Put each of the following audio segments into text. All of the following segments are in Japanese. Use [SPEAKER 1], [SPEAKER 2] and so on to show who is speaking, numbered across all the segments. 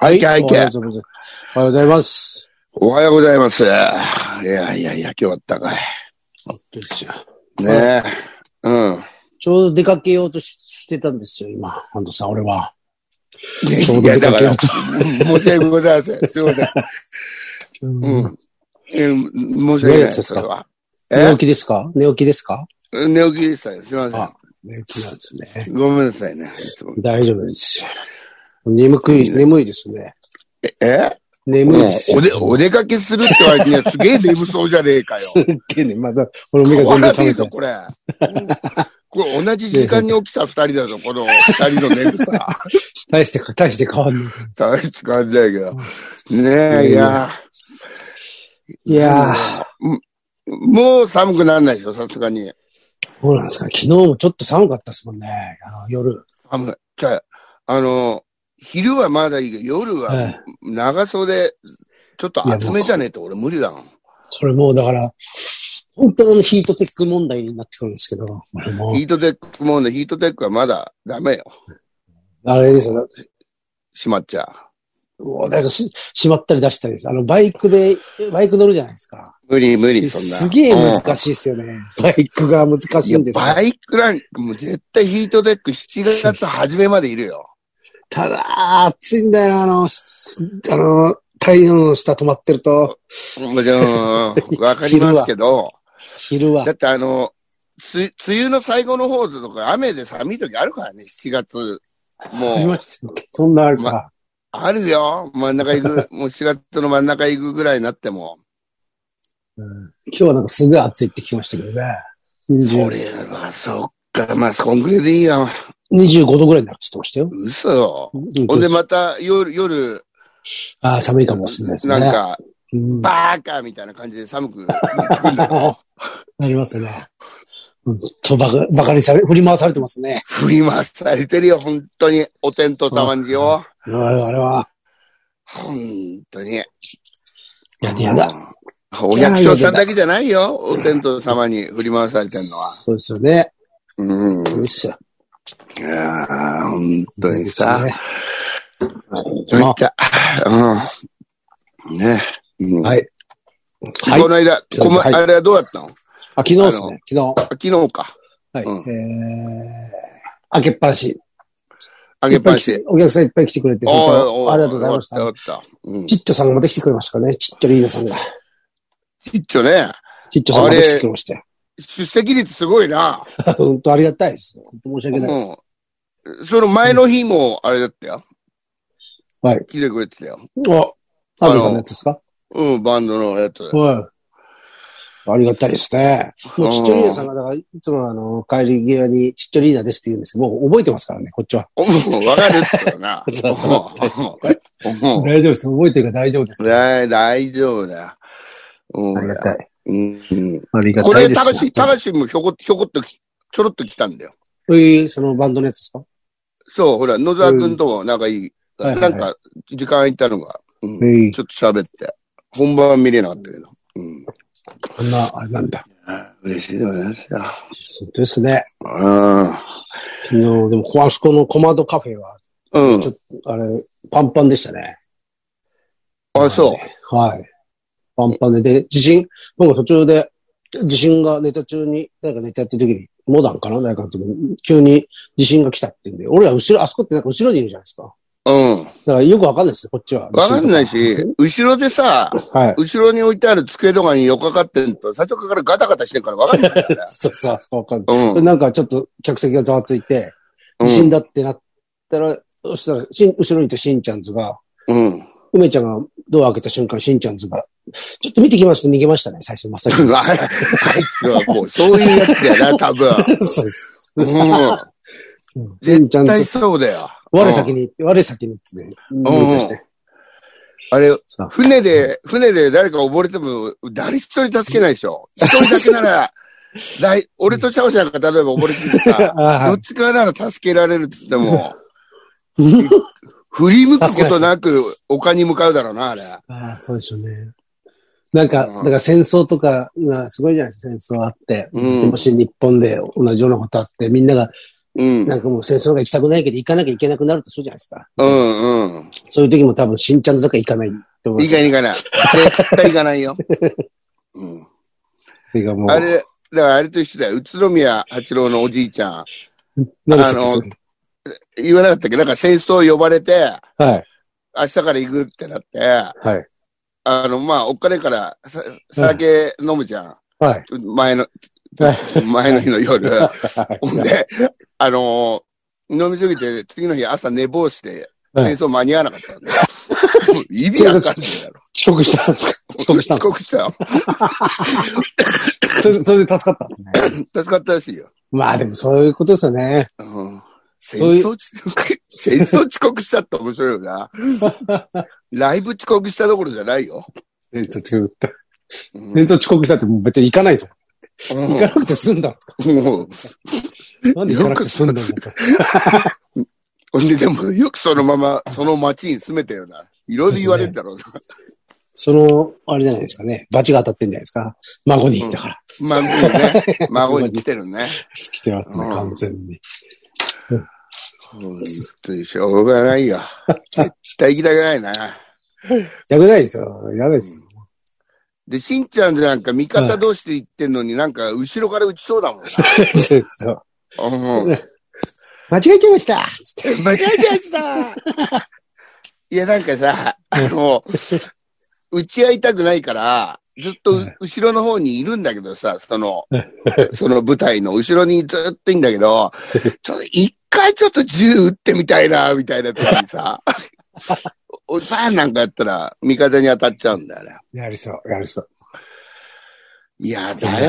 [SPEAKER 1] はい、
[SPEAKER 2] けはいけ
[SPEAKER 1] おはようございます。おはようございます。
[SPEAKER 2] おはようございます。いやいやいや、今日はあったかい。ねえ。うん。
[SPEAKER 1] ちょうど出かけようとししてたんですよ、今。安藤さん、俺は。ちょう
[SPEAKER 2] い
[SPEAKER 1] ど
[SPEAKER 2] や、
[SPEAKER 1] 出
[SPEAKER 2] だ
[SPEAKER 1] か
[SPEAKER 2] か
[SPEAKER 1] けよ
[SPEAKER 2] ら
[SPEAKER 1] う、と。
[SPEAKER 2] 申し訳ございません。すいま せん。
[SPEAKER 1] うん
[SPEAKER 2] うん。え申し訳ないです、それは。
[SPEAKER 1] 寝
[SPEAKER 2] え
[SPEAKER 1] 起きですか寝起きですか
[SPEAKER 2] 寝起きでしたね。すいません
[SPEAKER 1] あ。寝起きなんですね。
[SPEAKER 2] ごめんなさいね。いつも
[SPEAKER 1] 大丈夫ですよ。眠くい、眠いですね。
[SPEAKER 2] ええ
[SPEAKER 1] 眠い
[SPEAKER 2] もう
[SPEAKER 1] ですよ。
[SPEAKER 2] おで、お出かけするってわけにはすげえ眠そうじゃねえ かよ。
[SPEAKER 1] すっげえね、まだ、この目が全然
[SPEAKER 2] 悪
[SPEAKER 1] 覚め
[SPEAKER 2] いぞ、
[SPEAKER 1] てないで
[SPEAKER 2] こ
[SPEAKER 1] す。
[SPEAKER 2] れ。うんこれ同じ時間に起きた二人だぞ、この二人の眠 さ。
[SPEAKER 1] 大して、大して変わんない。
[SPEAKER 2] 大した感じだけど。ねえ、いや。
[SPEAKER 1] いやー、
[SPEAKER 2] うんもう寒くならないでしょ、さすがに。
[SPEAKER 1] どうなんですか昨日もちょっと寒かったですもんね。あの夜。
[SPEAKER 2] 寒い。じゃあ、あの、昼はまだいいけど、夜
[SPEAKER 1] え
[SPEAKER 2] は
[SPEAKER 1] え
[SPEAKER 2] 長袖、ちょっと厚めじゃねえと俺無理だもん。
[SPEAKER 1] これもうだから、本当のヒートテック問題になってくるんですけど、これもう
[SPEAKER 2] ヒートテックもね、ヒートテックはまだダメよ。
[SPEAKER 1] あれですよ。
[SPEAKER 2] しまっちゃ。
[SPEAKER 1] もうなんかし、しまったり出したりです。あの、バイクで、バイク乗るじゃないですか。
[SPEAKER 2] 無理無理、そんな。
[SPEAKER 1] すげえ
[SPEAKER 2] うん
[SPEAKER 1] 難しいですよね。バイクが難しいんですよ
[SPEAKER 2] いやバイクラン、もう絶対ヒートテック7月初めまでいるよ。
[SPEAKER 1] ただ、暑いんだよな、あの、しあの、太陽の下止まってると、
[SPEAKER 2] もち ろん、わかりますけど、
[SPEAKER 1] 昼は
[SPEAKER 2] だ。ってあの、つ、梅雨の最後の方とか雨で寒い時あるからね、7月。
[SPEAKER 1] あり
[SPEAKER 2] もう、
[SPEAKER 1] ましたっけそんなあるか。
[SPEAKER 2] あるよ。真ん中行 く、もう7月の真ん中行くぐらいになっても。
[SPEAKER 1] うん今日はなんかすごい暑いって聞きましたけどね。
[SPEAKER 2] そ
[SPEAKER 1] 20
[SPEAKER 2] れは、そっか、まあ、そんぐらいでいいやん。
[SPEAKER 1] 25度ぐらいになるって言ってましたよ。
[SPEAKER 2] 嘘よ。
[SPEAKER 1] うん
[SPEAKER 2] ほんで、また夜、夜、
[SPEAKER 1] ああ、寒いかもしれないですね。
[SPEAKER 2] なんか、
[SPEAKER 1] うん
[SPEAKER 2] バーカみたいな感じで寒くなってくんだよ。
[SPEAKER 1] なりますね。うん、とばか、ばかにされ、振り回されてますね。
[SPEAKER 2] 振り回されてるよ、本当に。お天道様によ。
[SPEAKER 1] あれは、あれは。
[SPEAKER 2] 本当に。
[SPEAKER 1] やだやだ。
[SPEAKER 2] お役所さんだけじゃないよ。お天道様に振り回されてるのは。
[SPEAKER 1] そうですよね。
[SPEAKER 2] うん。
[SPEAKER 1] よっしゃ。
[SPEAKER 2] いやー本当に
[SPEAKER 1] そう
[SPEAKER 2] さ。
[SPEAKER 1] ですね
[SPEAKER 2] めっちゃ、うん。ね。うん
[SPEAKER 1] はい。は
[SPEAKER 2] こ
[SPEAKER 1] い。
[SPEAKER 2] の間、こま、
[SPEAKER 1] はい
[SPEAKER 2] あれはどうだったの
[SPEAKER 1] あ、昨日ですね。昨日。
[SPEAKER 2] 昨日か。
[SPEAKER 1] はい。
[SPEAKER 2] う
[SPEAKER 1] えー、開けっぱなし。
[SPEAKER 2] 揚げっぱなしで。
[SPEAKER 1] お客さんいっぱい来てくれて、
[SPEAKER 2] おー
[SPEAKER 1] 本
[SPEAKER 2] お
[SPEAKER 1] 当
[SPEAKER 2] ー
[SPEAKER 1] ありがとうございまし
[SPEAKER 2] よか
[SPEAKER 1] た。
[SPEAKER 2] ったよかった。うん。
[SPEAKER 1] チッチョさんがまた来てくれましたからね。チッチョリーナさんが。
[SPEAKER 2] ちっちょね。
[SPEAKER 1] チッチョさんがまた来てくれましたよ。
[SPEAKER 2] 出席率すごいな。
[SPEAKER 1] 本当ありがたいです。本当申し訳ないです。
[SPEAKER 2] うん。その前の日も、あれだったよ。
[SPEAKER 1] はい。
[SPEAKER 2] 来てくれてたよ。
[SPEAKER 1] お、アブさんのやつですか
[SPEAKER 2] うん、バンドのやつ。
[SPEAKER 1] はい。ありがたいですね。もうちっちゃいリーナさんが、だから、いつもあの、帰り際にちっちゃいリーナですって言うんですけど、もう覚えてますからね、こっちは。
[SPEAKER 2] おもう、わかるっすよな。
[SPEAKER 1] そう
[SPEAKER 2] うんうん
[SPEAKER 1] 丈夫です。覚えてるから大丈夫で。
[SPEAKER 2] 大大丈夫だ。うん
[SPEAKER 1] ありがたい。
[SPEAKER 2] うんうん
[SPEAKER 1] ありが
[SPEAKER 2] こ
[SPEAKER 1] たい
[SPEAKER 2] れ、
[SPEAKER 1] です。
[SPEAKER 2] たかし、たかしもひょこ、ひょこっとき、ちょろっと来たんだよ。
[SPEAKER 1] ええそのバンドのやつですか
[SPEAKER 2] そう、ほら、野沢くんとも仲いい。
[SPEAKER 1] うんはいはい
[SPEAKER 2] な
[SPEAKER 1] はい
[SPEAKER 2] んか、時間空いたのが、うん
[SPEAKER 1] ええ
[SPEAKER 2] ちょっと喋って。本番は見れなかったけど。うん。
[SPEAKER 1] あんな、あれなんだ。
[SPEAKER 2] 嬉しいでございますよ。
[SPEAKER 1] そうですね。
[SPEAKER 2] う
[SPEAKER 1] 昨日、でも、こあそこのコマドカフェは、
[SPEAKER 2] ん。うん
[SPEAKER 1] ちょ。あれ、パンパンでしたね。
[SPEAKER 2] あ、そう。
[SPEAKER 1] はい。パンパンで、で、地震、僕途中で、地震がネタ中に、なんかネタやってる時に、モダンかな誰かの時に、急に地震が来たって言うんで、俺ら後ろ、あそこってなんか後ろにいるじゃないですか。
[SPEAKER 2] うん。
[SPEAKER 1] だからよくわかんないですね、こっちは。
[SPEAKER 2] わかんないし、後ろでさ、
[SPEAKER 1] はい。
[SPEAKER 2] 後ろに置いてある机とかに横かかってんと、最初からガタガタしてるからわかんないんだよね
[SPEAKER 1] そうそう、あそこわかんな
[SPEAKER 2] うん
[SPEAKER 1] い。なんかちょっと客席がざわついて、
[SPEAKER 2] うん
[SPEAKER 1] 地震だってなったら、そしたら、しん後ろにいたしんちゃんズが、
[SPEAKER 2] うん。
[SPEAKER 1] 梅ちゃんがドア開けた瞬間、しんちゃんズが、ちょっと見てきました、逃げましたね、最初、真 っ先に。
[SPEAKER 2] あいつはもう、そういうやつだよな、多分。
[SPEAKER 1] そうです。
[SPEAKER 2] うん。
[SPEAKER 1] しんちゃ
[SPEAKER 2] 絶
[SPEAKER 1] ん
[SPEAKER 2] 対
[SPEAKER 1] ズ、
[SPEAKER 2] そうだよ。
[SPEAKER 1] 我先に、我先にってね、逃げ出して
[SPEAKER 2] あれ、
[SPEAKER 1] さあ
[SPEAKER 2] 船で、船で誰か溺れても、誰一人助けないでしょ。一人だけな ら、だい俺とシャオシャオが例えば溺れててさ、
[SPEAKER 1] あ
[SPEAKER 2] ど
[SPEAKER 1] は
[SPEAKER 2] っちかなら助けられるって言っても、振り向くことなく丘に向かうだろうな、あれ。
[SPEAKER 1] ああ、そうでしょうね。なんか、
[SPEAKER 2] うん
[SPEAKER 1] だから戦争とか、今すごいじゃないですか、戦争あって。
[SPEAKER 2] うん
[SPEAKER 1] もし日本で同じようなことあって、みんなが
[SPEAKER 2] うん。
[SPEAKER 1] なんかもう戦争が行きたくないけど行かなきゃいけなくなるとするじゃないですか。
[SPEAKER 2] うんうん。
[SPEAKER 1] そういう時も多分新ちゃんとか行かないと思い
[SPEAKER 2] い
[SPEAKER 1] ます。
[SPEAKER 2] かないいかない。絶対行かないよ。うん。
[SPEAKER 1] それがもう
[SPEAKER 2] あれ、だからあれと一緒だよ。宇都宮八郎のおじいちゃん。
[SPEAKER 1] 何でしたっけ
[SPEAKER 2] あの
[SPEAKER 1] それ
[SPEAKER 2] 言わなかったっけなんか戦争呼ばれて、
[SPEAKER 1] はい、
[SPEAKER 2] 明日から行くってなって、
[SPEAKER 1] はい、
[SPEAKER 2] あの、まあ、お金からさ酒飲むじゃん。
[SPEAKER 1] はい。
[SPEAKER 2] 前 の、前の日の夜。ほんで、あのー飲みすぎて、次の日朝寝坊して、
[SPEAKER 1] はい
[SPEAKER 2] 戦争間に合わなかったんだ よ。意味わかんないだろ。
[SPEAKER 1] 遅刻したんですか遅刻したんで
[SPEAKER 2] 遅
[SPEAKER 1] す
[SPEAKER 2] 刻したよ。
[SPEAKER 1] かそれそれで助かったんですね。
[SPEAKER 2] 助かったらしいよ。
[SPEAKER 1] まあでもそういうことですよね。
[SPEAKER 2] うん戦
[SPEAKER 1] そういう
[SPEAKER 2] 争遅刻、 戦争遅刻したって面白いよな。 ライブ遅刻したどころじゃないよ。
[SPEAKER 1] 戦争遅刻
[SPEAKER 2] うん
[SPEAKER 1] 戦争遅刻したってもう別に行かないですもん。行かなくて済んだんですか
[SPEAKER 2] うんもう、
[SPEAKER 1] なんで行かなくて済んだんですか
[SPEAKER 2] ほんで、でも、よくそのまま、その町に住めたよな。いろいろ言われるだろうな。
[SPEAKER 1] その、あれじゃないですかね。罰が当たってんじゃないですか。孫に行ったから。
[SPEAKER 2] 孫にね、孫に来てるね。
[SPEAKER 1] 来てますね、
[SPEAKER 2] うん
[SPEAKER 1] 完全に。
[SPEAKER 2] 本当にしょうがないよ。絶対行きたくないな。
[SPEAKER 1] やべないですよ。やべですよ。
[SPEAKER 2] で、しんちゃんなんか味方同士で行ってんのになんか後ろから撃ちそうだもんな。
[SPEAKER 1] そうですよ
[SPEAKER 2] うん
[SPEAKER 1] 間違えちゃいましたつって
[SPEAKER 2] 間違えちゃうやつだ いや、なんかさ、あの、打ち合いたくないから、ずっと
[SPEAKER 1] うん
[SPEAKER 2] 後ろの方にいるんだけどさ、そ の、その舞台の後ろにずっといいんだけど、ちょっと一回ちょっと銃撃ってみたいな、みたいな時にさ、 おばあなんかやったら味方に当たっちゃうんだよね。
[SPEAKER 1] やりそう、やりそう。
[SPEAKER 2] いやだ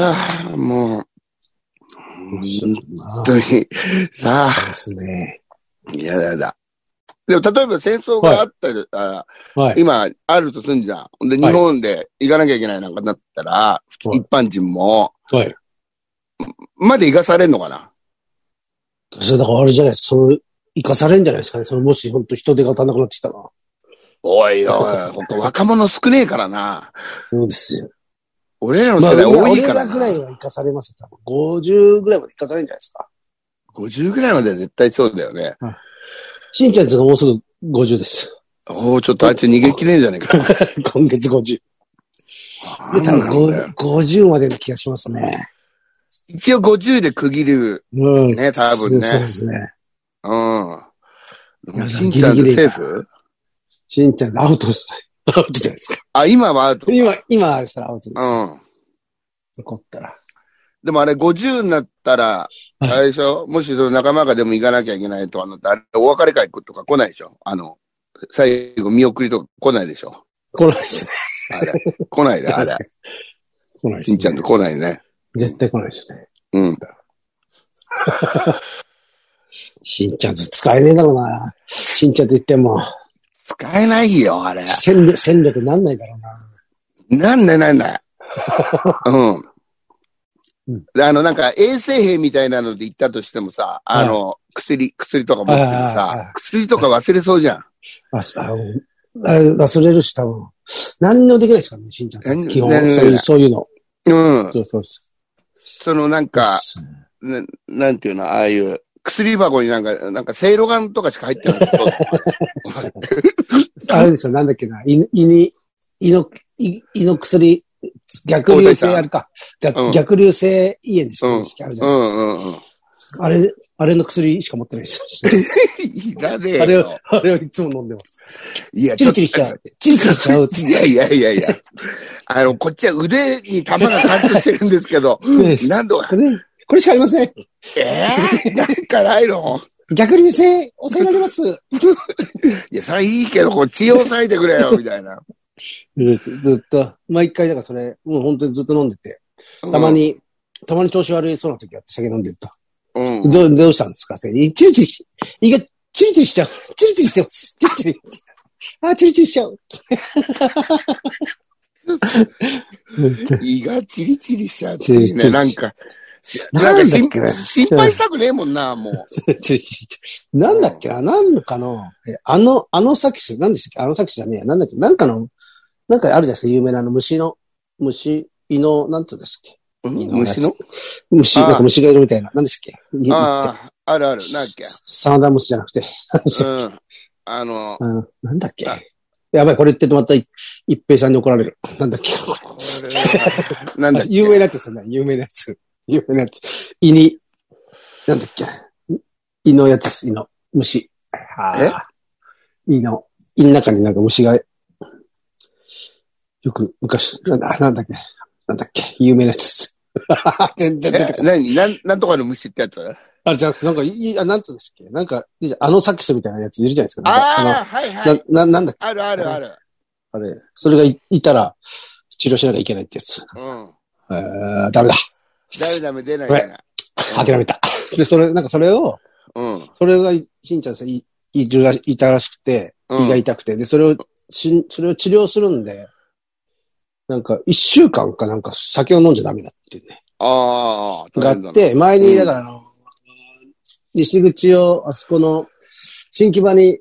[SPEAKER 2] よ、もう。
[SPEAKER 1] そう
[SPEAKER 2] 本当に、さあ、
[SPEAKER 1] ですね。
[SPEAKER 2] いやだやだ。でも例えば戦争があったり、あ
[SPEAKER 1] はい。
[SPEAKER 2] 今、あるとすんじゃん。ほんで、
[SPEAKER 1] は
[SPEAKER 2] 日
[SPEAKER 1] い
[SPEAKER 2] 本で行かなきゃいけないなんかなったら、普通
[SPEAKER 1] はい
[SPEAKER 2] 一般人も、
[SPEAKER 1] はい。
[SPEAKER 2] まで行かされんのかな
[SPEAKER 1] それだからあれじゃないですか。その、生かされんじゃないですかね。その、もし本当人手が足んなくなってきたら。
[SPEAKER 2] おい おい、ほんと若者少ねえからな。
[SPEAKER 1] そうですよ。
[SPEAKER 2] 俺らの
[SPEAKER 1] まあ、
[SPEAKER 2] 世代多
[SPEAKER 1] 俺
[SPEAKER 2] いから
[SPEAKER 1] ら
[SPEAKER 2] な。
[SPEAKER 1] ぐらいは生かされますよ。多分50ぐらいまで生かされるんじゃないですか。
[SPEAKER 2] 50ぐらいまでは絶対そうだよね。
[SPEAKER 1] しんちゃんちがもうすぐ50です。
[SPEAKER 2] おおちょっとあっち逃げきれんじゃねえか。
[SPEAKER 1] 今月50。多
[SPEAKER 2] なんだろうね
[SPEAKER 1] 分50までの気がしますね。
[SPEAKER 2] 一応50で区切る。
[SPEAKER 1] うん。
[SPEAKER 2] ね多分ね
[SPEAKER 1] そうですね。
[SPEAKER 2] うん。
[SPEAKER 1] いや
[SPEAKER 2] しんちゃん
[SPEAKER 1] ギ
[SPEAKER 2] と
[SPEAKER 1] リギ
[SPEAKER 2] セ
[SPEAKER 1] リ
[SPEAKER 2] ーフ
[SPEAKER 1] しんちゃんちアウトですね。アウトじゃないですか。
[SPEAKER 2] あ、今はアウト。
[SPEAKER 1] 今、今あれしたらアウトです。
[SPEAKER 2] うん。
[SPEAKER 1] 残ったら。
[SPEAKER 2] でもあれ50になったら、
[SPEAKER 1] はい
[SPEAKER 2] あれでしょもしその仲間がでも行かなきゃいけないとかなったら、あれお別れ会とか来ないでしょあの、最後見送りとか来ないでしょ
[SPEAKER 1] 来ないですね。
[SPEAKER 2] あ れ。来ないで、あれ。
[SPEAKER 1] 来ないです
[SPEAKER 2] し
[SPEAKER 1] ね。
[SPEAKER 2] んちゃんと来ないね。
[SPEAKER 1] 絶対来ないですね。
[SPEAKER 2] うん。
[SPEAKER 1] しんちゃんず使えねえだろうな。しんちゃんと言っても、
[SPEAKER 2] 使えないよ、あれ。
[SPEAKER 1] 戦略、戦略なんないだろう
[SPEAKER 2] な
[SPEAKER 1] な。
[SPEAKER 2] んないなん ない。う。
[SPEAKER 1] うん
[SPEAKER 2] であの、なんか衛生兵みたいなので行ったとしてもさ、あの、薬、薬とか持ってる
[SPEAKER 1] はいはい
[SPEAKER 2] さ
[SPEAKER 1] は、
[SPEAKER 2] 薬とか忘れそうじゃん。
[SPEAKER 1] あ、あのあれ忘れるし、多分。何にもできないですからね、しんちゃんさん。
[SPEAKER 2] 何
[SPEAKER 1] 基本、そう
[SPEAKER 2] 何にもでき
[SPEAKER 1] い、
[SPEAKER 2] ないう
[SPEAKER 1] そういうの。
[SPEAKER 2] うん。
[SPEAKER 1] そうそうそ
[SPEAKER 2] そのなん
[SPEAKER 1] う
[SPEAKER 2] か、ななんていうの、ああいう、薬箱になんか、なんか、セいろがんとかしか入ってない。
[SPEAKER 1] あれですよ、なんだっけな。胃胃に、胃の、胃胃の薬、逆流性あるか。
[SPEAKER 2] うん
[SPEAKER 1] 逆逆流性胃炎でしょ、
[SPEAKER 2] うん
[SPEAKER 1] あるじゃ
[SPEAKER 2] う
[SPEAKER 1] ないです
[SPEAKER 2] んうんうん。
[SPEAKER 1] か。あれ、あれの薬しか持ってないですよ。
[SPEAKER 2] いらね
[SPEAKER 1] あ
[SPEAKER 2] え
[SPEAKER 1] れを
[SPEAKER 2] よ。、
[SPEAKER 1] あれをいつも飲んでます。
[SPEAKER 2] いや
[SPEAKER 1] チリチリしちゃう。チリチリしちゃう。
[SPEAKER 2] いやいやいやいや。あの、こっちは腕に玉が貫通してるんですけど、何度か、
[SPEAKER 1] これ、これしかありません。
[SPEAKER 2] えー、なんかないの
[SPEAKER 1] 逆流性、抑えられます。
[SPEAKER 2] いや、それはいいけど、こう血を抑えてくれよ、みたいな。
[SPEAKER 1] ずっと、毎回だからそれ、もう本当にずっと飲んでて、
[SPEAKER 2] た
[SPEAKER 1] たま。に、たまに調子悪いそうな時は酒飲んでると。
[SPEAKER 2] うん。
[SPEAKER 1] どう、どうしたんですかってチリチリし、胃がチリチリしちゃう。チリチリしてます。チリチリ。あ、チリチリしちゃう。
[SPEAKER 2] 胃がチリチリしちゃうって
[SPEAKER 1] チリチ
[SPEAKER 2] ね、
[SPEAKER 1] リ
[SPEAKER 2] なんか。
[SPEAKER 1] なんだっけ
[SPEAKER 2] 心心配したくねえもんな、もう。
[SPEAKER 1] チリチリしちゃうなんだっけななんかの、えあの、あの作詞、なんでしたっけあの作詞じゃねえや。なんだっけなんかの、なんかあるじゃないですか。有名なあの虫の、虫、胃の、なんていうんですっけ
[SPEAKER 2] うん虫の
[SPEAKER 1] 虫、
[SPEAKER 2] ああ
[SPEAKER 1] なんか虫がいるみたいな。何でしたっけい
[SPEAKER 2] ああるある。なんだっけ。
[SPEAKER 1] サナダムスじゃ なくて。
[SPEAKER 2] うん。あの、
[SPEAKER 1] うんなんだっけ。やばい、これ言ってるとまたい一平さんに怒られる。なんだっけ。こ
[SPEAKER 2] これはなん
[SPEAKER 1] れ
[SPEAKER 2] だっけ。
[SPEAKER 1] 有名なやつですよね。有名なやつ。有名なやつ。胃に、なんだっけ。胃のやつです。胃の。虫。あー胃の。胃の中になんか虫が、よく昔、なんだなんだっけ。なんだっけ。有名なやつです。 全然出てこない
[SPEAKER 2] え、何なん、なんとかの虫ってやつあ
[SPEAKER 1] あれじゃなくて、なんかいい、あ、なんつうんでしたっけなんか、いいじゃんあのサックスみたいなやついるじゃないですか。なんか
[SPEAKER 2] あー、はい
[SPEAKER 1] あ
[SPEAKER 2] は
[SPEAKER 1] の
[SPEAKER 2] い。
[SPEAKER 1] な、な、なんだっけ
[SPEAKER 2] あるあるある。
[SPEAKER 1] あれ。それがいいたら、治療しなきゃいけないってやつ。
[SPEAKER 2] うん。
[SPEAKER 1] えー、ダメだ。
[SPEAKER 2] ダメダメ出ない出ない。
[SPEAKER 1] 諦めた。で、それ、なんかそれを、
[SPEAKER 2] うん。うん
[SPEAKER 1] それがい、しんちゃんさん、い、いるらいたらしくて、胃が痛くて、で、それを、しん、それを治療するんで、なんか、一週間かなんか酒を飲んじゃダメだっていうね。
[SPEAKER 2] ああ、
[SPEAKER 1] があって、前に、だからあの、西口を、あそこの、新木場に、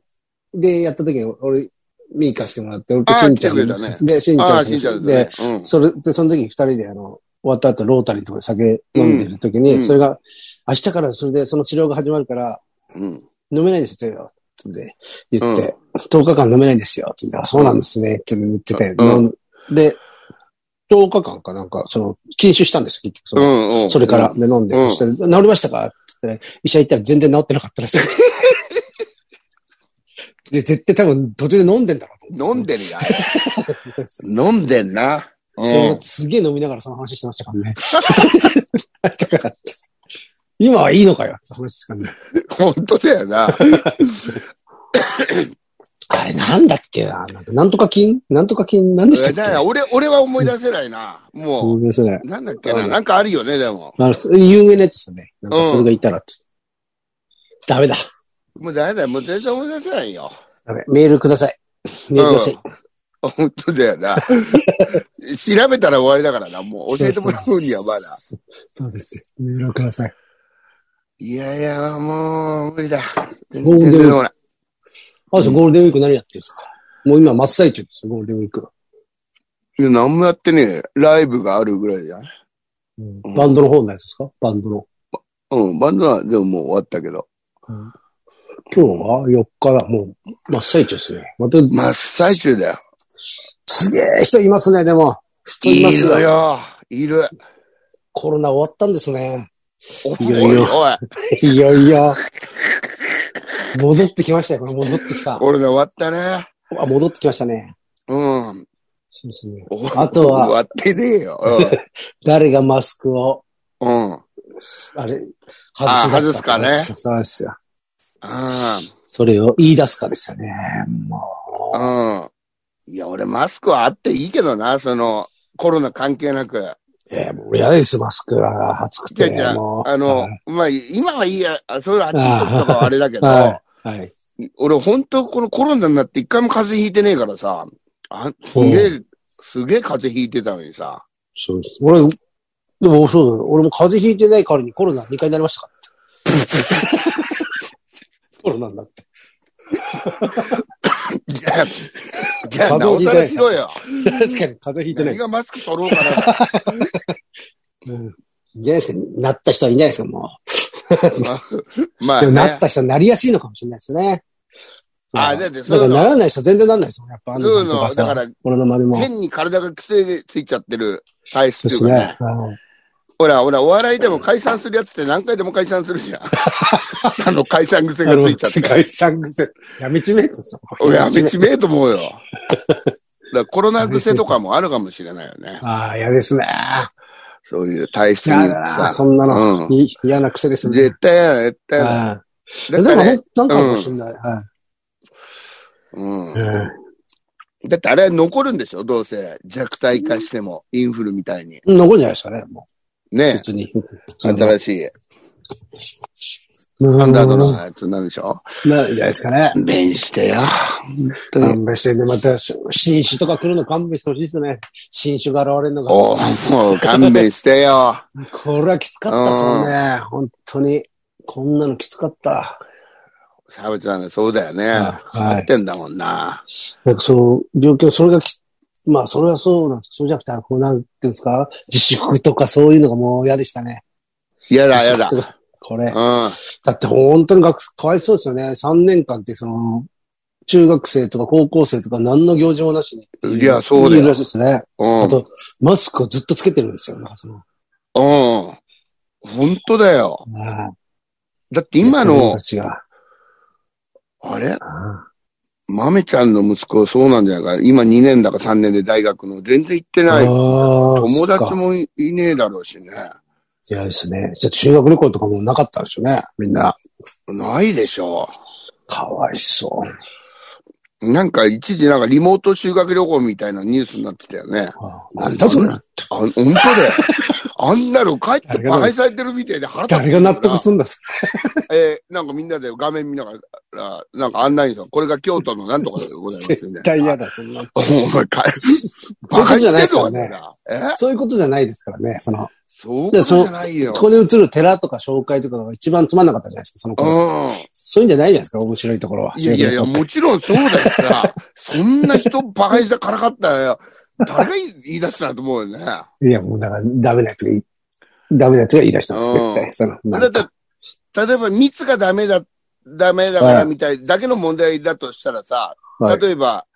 [SPEAKER 1] で、やった時に、俺、見に行かしてもらって、俺と
[SPEAKER 2] あー
[SPEAKER 1] しんち
[SPEAKER 2] 来て
[SPEAKER 1] ゃん
[SPEAKER 2] くれたね
[SPEAKER 1] で、しんち
[SPEAKER 2] あ
[SPEAKER 1] ゃ
[SPEAKER 2] あ、
[SPEAKER 1] ん
[SPEAKER 2] しんちゃんだ
[SPEAKER 1] で
[SPEAKER 2] ね、。うん。
[SPEAKER 1] それ、で、その時に二人で、あの、終わった後、ロータリーとかで酒飲んでる時に、
[SPEAKER 2] うん
[SPEAKER 1] それが、明日からそれで、その治療が始まるから、
[SPEAKER 2] うん。
[SPEAKER 1] 飲めないですよ、って言って、10日間飲めないですよ、って言ってあそうなんですね、って言ってて、
[SPEAKER 2] うん
[SPEAKER 1] 飲んで、10日間かなんか、その、禁酒したんですよ、結局。その
[SPEAKER 2] うん。うん。
[SPEAKER 1] それから、。で、飲んで、
[SPEAKER 2] うん
[SPEAKER 1] そしたら、治りましたかって言ったら、医者行ったら全然治ってなかったらしい。 で、絶対多分途中で飲んでんだろうと思
[SPEAKER 2] 飲
[SPEAKER 1] って
[SPEAKER 2] んでるやん。飲んでんな。う
[SPEAKER 1] その
[SPEAKER 2] ん。
[SPEAKER 1] すげえ飲みながらその話してましたから ね。だから今はいいのかよって話ですからね。
[SPEAKER 2] 本当だよな。
[SPEAKER 1] あれ、なんだっけななんかなんとか菌なんとか菌なんでし
[SPEAKER 2] だ
[SPEAKER 1] た
[SPEAKER 2] か
[SPEAKER 1] っけ
[SPEAKER 2] ら俺、俺は思い出せないな。も
[SPEAKER 1] ご
[SPEAKER 2] う、
[SPEAKER 1] めんなさい。
[SPEAKER 2] なんだっけな。なんかあるよね、でも。
[SPEAKER 1] あの、そう有名なやつですよね。なんかそれがいたらって、ダメだ。
[SPEAKER 2] もうダメだよ。もう全然思い出せないよ。
[SPEAKER 1] ダメ。メールください。メールください。
[SPEAKER 2] 本当だよな。調べたら終わりだからな。もう教えてもらうにはまだ。
[SPEAKER 1] そうそうです。メールをください。
[SPEAKER 2] いやいや、もう無理だ。全
[SPEAKER 1] ゴール
[SPEAKER 2] 然
[SPEAKER 1] デンウィーク
[SPEAKER 2] 出てこない。
[SPEAKER 1] あ、そう、ゴールデンウィーク何やってるんですかもう今真っ最中ですよ、ゴールデンウィーク。
[SPEAKER 2] いや、何もやってねえ。ライブがあるぐらいじゃん。ん
[SPEAKER 1] バンドの方のやつですかバンドの。
[SPEAKER 2] うん、バンドは、でももう終わったけど。
[SPEAKER 1] 今日は4日だ。もう真っ最中ですね。また、
[SPEAKER 2] 真っ最中だよ。
[SPEAKER 1] すげえ人いますね、でも。人い
[SPEAKER 2] い
[SPEAKER 1] ます
[SPEAKER 2] る
[SPEAKER 1] よ。
[SPEAKER 2] よ。いる。
[SPEAKER 1] コロナ終わったんですね。
[SPEAKER 2] お
[SPEAKER 1] いるよ
[SPEAKER 2] おい、
[SPEAKER 1] いよいよ。戻ってきましたよ、これ戻ってきた。
[SPEAKER 2] コロナ終わったね。
[SPEAKER 1] あ戻ってきましたね。
[SPEAKER 2] うん。
[SPEAKER 1] そうですね。
[SPEAKER 2] お
[SPEAKER 1] あとは
[SPEAKER 2] 終わってねえよ。
[SPEAKER 1] 誰がマスクを、
[SPEAKER 2] うん。うん。
[SPEAKER 1] あれ、
[SPEAKER 2] あ
[SPEAKER 1] 外し出
[SPEAKER 2] 外すか
[SPEAKER 1] そうですよ。
[SPEAKER 2] あ
[SPEAKER 1] それを言い出すかですよね。も
[SPEAKER 2] あうん。いや、俺、マスクはあっていいけどな、その、コロナ関係なく。
[SPEAKER 1] う、えー、もう嫌です、マスクは。暑く
[SPEAKER 2] じゃ
[SPEAKER 1] て。
[SPEAKER 2] あじゃあ
[SPEAKER 1] もう
[SPEAKER 2] あの
[SPEAKER 1] は、
[SPEAKER 2] まあ、今はいいや、あそれ、あっち行くとかはあれだけ
[SPEAKER 1] いは
[SPEAKER 2] ど、
[SPEAKER 1] い。はい
[SPEAKER 2] 俺、本当このコロナになって一回も風邪ひいてねえからさ、あすげえ、すげえ風邪ひいてたのに さ。
[SPEAKER 1] そうです。俺、でもそうだよ。俺も風邪ひいてない代わりにコロナ2回になりました から。コロナになって。
[SPEAKER 2] じゃあ、じゃあ、
[SPEAKER 1] 風
[SPEAKER 2] な
[SPEAKER 1] 邪を
[SPEAKER 2] お
[SPEAKER 1] ひい
[SPEAKER 2] さ
[SPEAKER 1] てな
[SPEAKER 2] ら
[SPEAKER 1] い
[SPEAKER 2] しろよ。
[SPEAKER 1] 確かに風邪ひいてない
[SPEAKER 2] 何
[SPEAKER 1] で
[SPEAKER 2] が
[SPEAKER 1] す。
[SPEAKER 2] マスク取ろうか な。
[SPEAKER 1] うん。いいじゃないですか。なった人はいないですよ、も
[SPEAKER 2] ま
[SPEAKER 1] う。
[SPEAKER 2] あ、
[SPEAKER 1] でもな
[SPEAKER 2] ね
[SPEAKER 1] っ、た人はなりやすいのかもしれないですね。
[SPEAKER 2] あ
[SPEAKER 1] うん
[SPEAKER 2] だってそ
[SPEAKER 1] だ
[SPEAKER 2] う
[SPEAKER 1] か
[SPEAKER 2] いう
[SPEAKER 1] ら
[SPEAKER 2] の
[SPEAKER 1] ならない人全然ならないですよ。やっぱ、あ
[SPEAKER 2] そういう
[SPEAKER 1] の、と
[SPEAKER 2] の、
[SPEAKER 1] か
[SPEAKER 2] だか
[SPEAKER 1] さ、
[SPEAKER 2] ら、
[SPEAKER 1] 俺のまでも。
[SPEAKER 2] 変に体が癖についちゃってる体質
[SPEAKER 1] で
[SPEAKER 2] ってい
[SPEAKER 1] す
[SPEAKER 2] うかね
[SPEAKER 1] ね。。うん
[SPEAKER 2] ほら、ほら、お笑いでも解散するやつって何回でも解散するじゃん。 あの、解散癖がついちゃって
[SPEAKER 1] 世。界遺産癖。やめちめえってさ。
[SPEAKER 2] 俺、やめちめえと思うよ。だからコロナ癖とかもあるかもしれないよね。
[SPEAKER 1] ああ、嫌ですね。
[SPEAKER 2] そういう体質に
[SPEAKER 1] 嫌だな、
[SPEAKER 2] さ。
[SPEAKER 1] そんなの。
[SPEAKER 2] うん。
[SPEAKER 1] い嫌な癖ですね。
[SPEAKER 2] 絶対やだ、絶対やだ。
[SPEAKER 1] ああ
[SPEAKER 2] だ
[SPEAKER 1] で
[SPEAKER 2] から、
[SPEAKER 1] も、なんかあるかもしれない。はい
[SPEAKER 2] うん。
[SPEAKER 1] うん
[SPEAKER 2] だってあれは残るんでしょどうせ。弱体化しても、インフルみたいに。
[SPEAKER 1] 残るんじゃないですかね、もう。
[SPEAKER 2] ね
[SPEAKER 1] 別に。
[SPEAKER 2] 新しい、
[SPEAKER 1] な
[SPEAKER 2] アンダードの
[SPEAKER 1] な
[SPEAKER 2] やつになるでしょ
[SPEAKER 1] るんじゃないですかね。
[SPEAKER 2] 弁してよ。うん
[SPEAKER 1] 勘弁してね、また、新種とか来るの勘弁してほしいですね。新種が現れるのが。
[SPEAKER 2] おうもう勘弁してよ。
[SPEAKER 1] これはきつかったですよね。本当に。こんなのきつかった。
[SPEAKER 2] サブちゃん、そうだよね。
[SPEAKER 1] はい
[SPEAKER 2] やってんだもんな。
[SPEAKER 1] なんかその、病気の、それがき、まあ、それはそうなんですそうじゃなくて、こう、なんていうんですか、自粛とかそういうのがもう嫌でしたね。
[SPEAKER 2] 嫌だ、嫌だ
[SPEAKER 1] 自粛。とかこれ。
[SPEAKER 2] うん。
[SPEAKER 1] だって本当に学生、かわいそうですよね。3年間ってその、中学生とか高校生とか何の行事もなしにってう。
[SPEAKER 2] いやそうだよ
[SPEAKER 1] いらしいですね。
[SPEAKER 2] うん。
[SPEAKER 1] あと、マスクをずっとつけてるんですよ。なんかその、
[SPEAKER 2] うん。本当だよ。
[SPEAKER 1] ね
[SPEAKER 2] だって今
[SPEAKER 1] 子供
[SPEAKER 2] の
[SPEAKER 1] た、ちが。
[SPEAKER 2] あれ
[SPEAKER 1] あ
[SPEAKER 2] 豆ちゃんの息子そうなんじゃないか。今2年だか3年で大学の全然行って
[SPEAKER 1] あ
[SPEAKER 2] ない。
[SPEAKER 1] 友
[SPEAKER 2] 友達もいいねえだろうしね。
[SPEAKER 1] いやですね。じゃあ中学旅行とかもなかったんでしょうね。みんな。
[SPEAKER 2] ないでしょ
[SPEAKER 1] かわいそう。
[SPEAKER 2] う。なんか一時なんかリモート修学旅行みたいなニュースになってたよね。
[SPEAKER 1] あなんだそれ。
[SPEAKER 2] あ、本 当だよ。あんなの帰って馬鹿にされてるみたいで腹立って
[SPEAKER 1] 誰が納得すんだっす。
[SPEAKER 2] えーなんかみんなで画面見ながら、なんか案内さん、これが京都のなんとかでございますね
[SPEAKER 1] 絶。対嫌だ、そんな。
[SPEAKER 2] お前、か
[SPEAKER 1] そういうことじゃないです
[SPEAKER 2] ぞ
[SPEAKER 1] からね。
[SPEAKER 2] え
[SPEAKER 1] そういうことじゃないですからね。その、
[SPEAKER 2] そういうことじゃないよ。
[SPEAKER 1] ここで映る寺とか紹介とかが一番つまんなかったじゃないですか、その
[SPEAKER 2] う
[SPEAKER 1] 頃。
[SPEAKER 2] ん。
[SPEAKER 1] そういうんじゃないじゃないですか、面白いところは。
[SPEAKER 2] いやいやいや、もちろんそうだよさ。そんな人バカにしたからかったよ。誰が言い出したと思うよね。
[SPEAKER 1] いや、もうだから、ダメなやつがいい。ダメなやつが言い出したんです、
[SPEAKER 2] うん
[SPEAKER 1] 絶対。その、な
[SPEAKER 2] だっ
[SPEAKER 1] ん
[SPEAKER 2] て
[SPEAKER 1] か、
[SPEAKER 2] 例えば密がダメだ、ダメだから
[SPEAKER 1] はい
[SPEAKER 2] みたいだけの問題だとしたらさ、
[SPEAKER 1] はい
[SPEAKER 2] 例えば、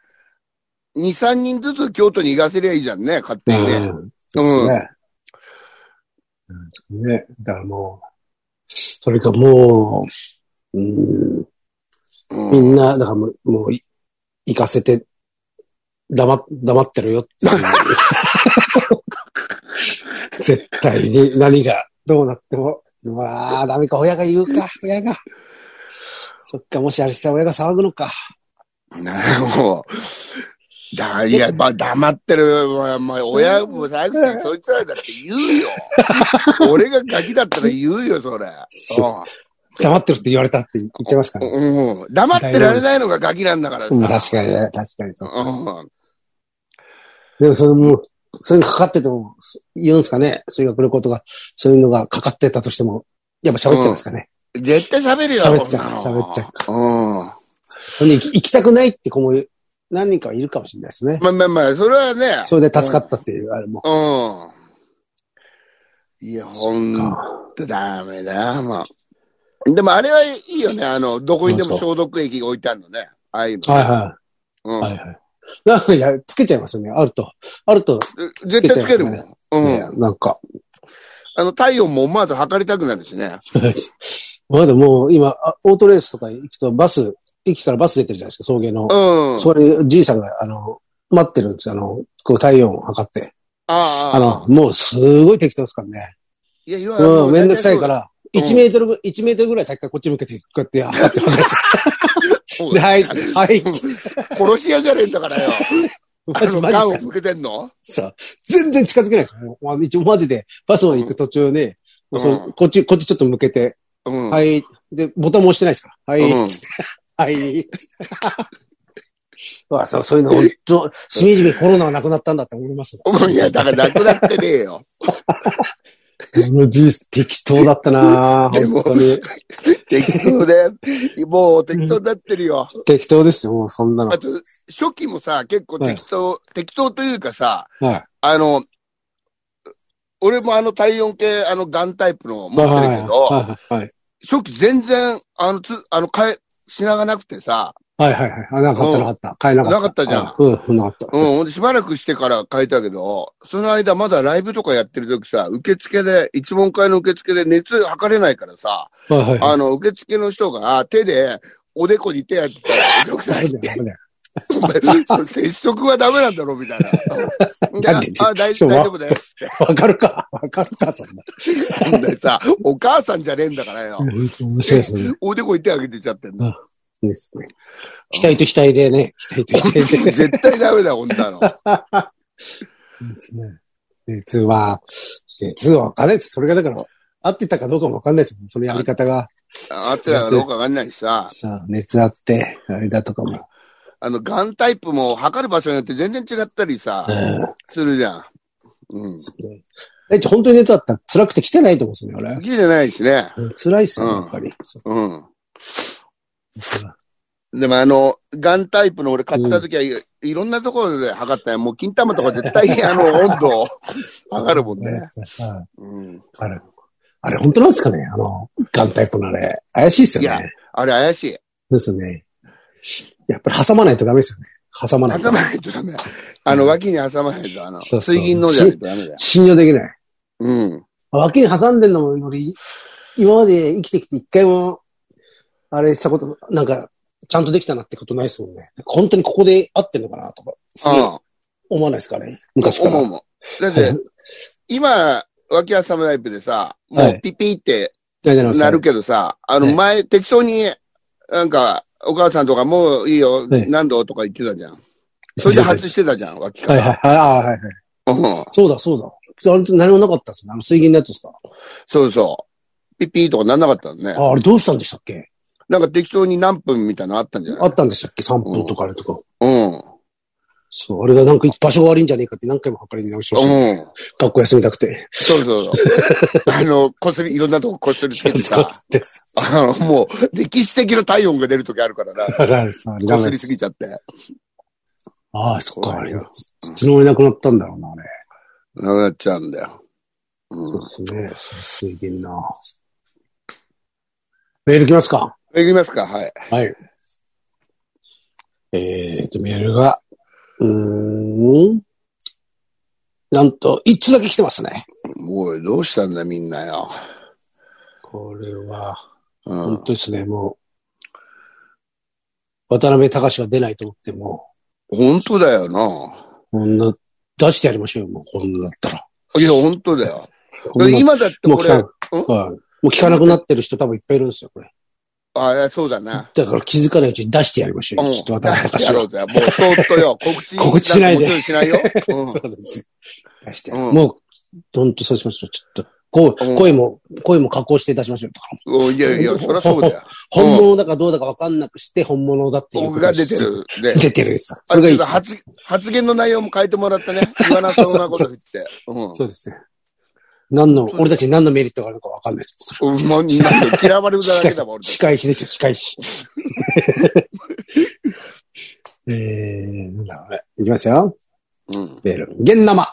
[SPEAKER 2] 2、3人ずつ京都に行かせりゃいいじゃんね、勝手にね。
[SPEAKER 1] うん
[SPEAKER 2] うん。
[SPEAKER 1] ね。うんね。だからもう、それかもう、うん、みんな、だからもう、もうい、行かせて、黙っ、黙ってろよって いう。絶対に何が、どうなっても、まあ、ダメか、親が言うか、親が。そっか、もしあれしたら親が騒ぐのか。
[SPEAKER 2] ねもう。だ、いや、まあ、黙ってる。まあ、まあ、親も最後にそいつらだって言う よ。俺がガキだったら言うよ、それ。
[SPEAKER 1] 黙ってるって言われたって言っちゃいますからね。
[SPEAKER 2] うん。うん黙ってられないのがガキなんだからさ。
[SPEAKER 1] うん、確かにね、確かにそう。
[SPEAKER 2] うん。
[SPEAKER 1] でもそれも、そういうのかかってても、す言うんですかね修学旅行とか、そういうのがかかってたとしても、やっぱ喋っちゃうんですかね。
[SPEAKER 2] 絶対喋るよ、
[SPEAKER 1] 喋っちゃう
[SPEAKER 2] こんなの
[SPEAKER 1] 喋っちゃ
[SPEAKER 2] うん。
[SPEAKER 1] それに行き行きたくないって子も何人かはいるかもしれないですね。
[SPEAKER 2] まあまあまあ、それはね。
[SPEAKER 1] それで助かったっていう、あれも。
[SPEAKER 2] うん。いや、ほんとダメだよ、もう。でもあれはいいよね。あの、どこにでも消毒液が置いてあるのね。ああいうの。
[SPEAKER 1] はいは
[SPEAKER 2] う
[SPEAKER 1] い。
[SPEAKER 2] ん
[SPEAKER 1] はいはい。なんか、いや、つけちゃいますよね。あると。あると、
[SPEAKER 2] 絶対つけるもん。
[SPEAKER 1] つけ
[SPEAKER 2] うん。
[SPEAKER 1] ねなんか。
[SPEAKER 2] あの、体温も思わず測りたくなるしね。
[SPEAKER 1] まだもう今、あオートレースとか行くとバス、駅からバス出てるじゃないですか、送迎の
[SPEAKER 2] う。ん。
[SPEAKER 1] それ、じいさんが、あの、待ってるんですよ。あの、こう体温を測って。
[SPEAKER 2] ああ
[SPEAKER 1] あの、、もうすごい適当ですからね。
[SPEAKER 2] いや、いわゆるも
[SPEAKER 1] うん、めんどくさいか
[SPEAKER 2] 大
[SPEAKER 1] ら、
[SPEAKER 2] うん
[SPEAKER 1] 1メートルぐ、1メートルぐらい先からこっち向けて、こうやっ て、あーって分かっちゃ
[SPEAKER 2] 体そう
[SPEAKER 1] う。ではい、はい、
[SPEAKER 2] だ殺し屋じゃねえんだからよ。あ
[SPEAKER 1] マジ
[SPEAKER 2] の、
[SPEAKER 1] マジ
[SPEAKER 2] ガン
[SPEAKER 1] っ
[SPEAKER 2] を向けてんの
[SPEAKER 1] すかさ全然近づけないですよ。まあ、一応マジで、バスまで行く途中で、
[SPEAKER 2] うん
[SPEAKER 1] もうそのこっち、こっちちょっと向けて、
[SPEAKER 2] うん。
[SPEAKER 1] はい、で、ボタンも押してないですから。はい、
[SPEAKER 2] うん
[SPEAKER 1] つって はい。うわそうそういうの、本当しみじみコロナはなくなったんだって思います。
[SPEAKER 2] うんいや、だからなくなってねえよ。
[SPEAKER 1] このジース適当だったな
[SPEAKER 2] でも
[SPEAKER 1] 本当に。
[SPEAKER 2] 適当で、もう適当になってるよ。
[SPEAKER 1] 適当ですよ、もうそんなの
[SPEAKER 2] あ。と、初期もさ、結構適当、適当というかさ、
[SPEAKER 1] はい。
[SPEAKER 2] あの、俺もあの体温計、あのガンタイプの持
[SPEAKER 1] はい
[SPEAKER 2] って
[SPEAKER 1] は
[SPEAKER 2] る
[SPEAKER 1] い
[SPEAKER 2] けど、
[SPEAKER 1] はいはい。
[SPEAKER 2] 初期全然、あの、つ、あの、変え、品がなくてさ、
[SPEAKER 1] はいはいはい。あ、なかったなかった。買えなかった。
[SPEAKER 2] なかったじゃん
[SPEAKER 1] あ。うん、なかった。
[SPEAKER 2] うん、ほんでしばらくしてから変えたけど、その間まだライブとかやってる時さ、受付で、一問会の受付で熱測れないからさ、
[SPEAKER 1] はいはい。
[SPEAKER 2] あの、受付の人が手で、おでこに手やってたら、お客さん
[SPEAKER 1] ダメ
[SPEAKER 2] に
[SPEAKER 1] だよ、ダメだよ。
[SPEAKER 2] お前その接触はダメなんだろうみたいな。で
[SPEAKER 1] なんで
[SPEAKER 2] あ、大
[SPEAKER 1] ちょ
[SPEAKER 2] 丈
[SPEAKER 1] っ
[SPEAKER 2] 夫、大丈
[SPEAKER 1] と
[SPEAKER 2] 夫だよ。
[SPEAKER 1] わかるか。わかるか、そんな。
[SPEAKER 2] ほんでさ、お母さんじゃねえんだからよ。
[SPEAKER 1] 面白いですね。い
[SPEAKER 2] おでこに手あげてちゃってんの。
[SPEAKER 1] いです ね。額と額でね。額と額 で。
[SPEAKER 2] 絶対ダメだよ、ほんなの。
[SPEAKER 1] ですね。熱は、熱はわかんないです。それがだから、合ってたかどうかもわかんないですよね。そのやり方が。
[SPEAKER 2] あってたかどうかわかんないしさ、
[SPEAKER 1] さあ、熱あって、あれだとかも。
[SPEAKER 2] あの、ガンタイプも測る場所によって全然違ったりさ
[SPEAKER 1] う、ん。
[SPEAKER 2] するじゃん。うん。
[SPEAKER 1] え、本当に熱あったら辛くて来てないと思うんですよね、
[SPEAKER 2] 好きじゃないしね。
[SPEAKER 1] 俺。辛いっすよ、
[SPEAKER 2] うん
[SPEAKER 1] やっぱり。そう
[SPEAKER 2] うん。
[SPEAKER 1] ですね
[SPEAKER 2] でもあの、ガンタイプの俺買った時はい、いろんなところで測ったよ。もう、金 玉とか絶対、あの、温度を測るもんね。
[SPEAKER 1] うん
[SPEAKER 2] うん。
[SPEAKER 1] ある。あれ本当なんですかねあの、眼帯粉のあれ。怪しいっすよ
[SPEAKER 2] い
[SPEAKER 1] ね。
[SPEAKER 2] あれ怪しい。
[SPEAKER 1] ですね。やっぱり挟まないとダメですよね。挟まない
[SPEAKER 2] 挟
[SPEAKER 1] と
[SPEAKER 2] ま。ないとダメ。あの、脇に挟まないと、あの、
[SPEAKER 1] そうそう
[SPEAKER 2] 水銀のじゃないとダメだよ。
[SPEAKER 1] 信用できない。
[SPEAKER 2] うん。
[SPEAKER 1] 脇に挟んでんのも、俺、今まで生きてきて一回も、あれしたこと、なんか、ちゃんとできたなってことないですもんね。本当にここで合ってんのかなとか、すげえ
[SPEAKER 2] ああ、
[SPEAKER 1] 思わないですかね。昔から。
[SPEAKER 2] 思うもん。だって、今、脇挟むタイプでさ、も
[SPEAKER 1] は
[SPEAKER 2] う
[SPEAKER 1] い
[SPEAKER 2] ピピって
[SPEAKER 1] 大丈夫です
[SPEAKER 2] なるけどさ、あの
[SPEAKER 1] はい
[SPEAKER 2] 前、適当に、なんか、お母さんとかもういいよ、
[SPEAKER 1] はい
[SPEAKER 2] 何度とか言ってたじゃん。それで外してたじゃん、脇か
[SPEAKER 1] はい
[SPEAKER 2] ら。
[SPEAKER 1] はいはいはいはいはい。
[SPEAKER 2] うん
[SPEAKER 1] そうだそうだ。あれ何もなかったですね。あの水銀のやつですか。
[SPEAKER 2] そうそう。ピピとかなんなかったのね。
[SPEAKER 1] ああれどうしたんでしたっけ
[SPEAKER 2] なんか適当に何分みたいなのあったんじゃな
[SPEAKER 1] あ
[SPEAKER 2] い
[SPEAKER 1] ったんでしたっけ ?3 分とかあれとか。
[SPEAKER 2] うん。
[SPEAKER 1] そう、あれがなんか場所が悪いんじゃねえかって何回も測り直しました。
[SPEAKER 2] うん。
[SPEAKER 1] 学校休みたくて。
[SPEAKER 2] そうそう そう。あの、こすり、いろんなとここすりつけて
[SPEAKER 1] そう
[SPEAKER 2] さ、
[SPEAKER 1] そう そう
[SPEAKER 2] あの、もう、歴史的な体温が出るときあるからな。
[SPEAKER 1] だからさ
[SPEAKER 2] こすりすぎちゃって。
[SPEAKER 1] ああ、そっか。
[SPEAKER 2] そうだよ
[SPEAKER 1] いつの間になくなったんだろうな、あれ。
[SPEAKER 2] なくなっちゃうんだよ。う
[SPEAKER 1] そ
[SPEAKER 2] ん
[SPEAKER 1] う。ですね。そう水銀な。メール来ますか
[SPEAKER 2] いきますか、はい。
[SPEAKER 1] はい。えーと、メールが、うーん。なんと、一通だけ来てますね。
[SPEAKER 2] おい、どうしたんだ、みんなよ。
[SPEAKER 1] これは、
[SPEAKER 2] う
[SPEAKER 1] 本
[SPEAKER 2] ん。
[SPEAKER 1] 当ですね、もう、渡辺隆が出ないと思っても、
[SPEAKER 2] 本当だよな。
[SPEAKER 1] こんな、出してやりましょうよ、もう、こんなだったら。
[SPEAKER 2] いや、本当だよ。
[SPEAKER 1] こんな
[SPEAKER 2] 今だって
[SPEAKER 1] もう聞
[SPEAKER 2] 俺、
[SPEAKER 1] かな、はいもう聞かなくなってる人多分いっぱいいるんですよ、これ。
[SPEAKER 2] ああ、そうだな。
[SPEAKER 1] だから気づかないうちに出してやりましょう
[SPEAKER 2] う
[SPEAKER 1] よ、
[SPEAKER 2] ん。
[SPEAKER 1] ちょっと渡辺
[SPEAKER 2] や
[SPEAKER 1] 隆
[SPEAKER 2] ろ
[SPEAKER 1] を。
[SPEAKER 2] うぜ。もう、そーっと よ。告知。
[SPEAKER 1] 告知しないで
[SPEAKER 2] んかもちろんしないよ。 うん
[SPEAKER 1] そうです。出して、
[SPEAKER 2] うん
[SPEAKER 1] もう、ほんとそうしましょう、ちょっと。こう
[SPEAKER 2] うん
[SPEAKER 1] 声も、声も加工して出しましょうとか。
[SPEAKER 2] おいやいや、そりゃそうだよ。
[SPEAKER 1] 本物だかどうだか分かんなくして、本物だっていうこ
[SPEAKER 2] 僕
[SPEAKER 1] と
[SPEAKER 2] が
[SPEAKER 1] に
[SPEAKER 2] 出てる。で、
[SPEAKER 1] 出てるさ。
[SPEAKER 2] あ
[SPEAKER 1] それがいい
[SPEAKER 2] ち
[SPEAKER 1] で
[SPEAKER 2] ょっと
[SPEAKER 1] すね。
[SPEAKER 2] 発発言の内容も変えてもらったね。言わなそうなこと言って。うん。
[SPEAKER 1] そうですね。何の、俺たちに何のメリットがあるのか分かんないです。
[SPEAKER 2] うんもうみんな嫌われるだけだもん、俺た
[SPEAKER 1] 仕
[SPEAKER 2] ち。
[SPEAKER 1] 返しですよ、仕返し。 えー、なんだろうね。いきますよ。
[SPEAKER 2] うん。
[SPEAKER 1] メール。ゲン生、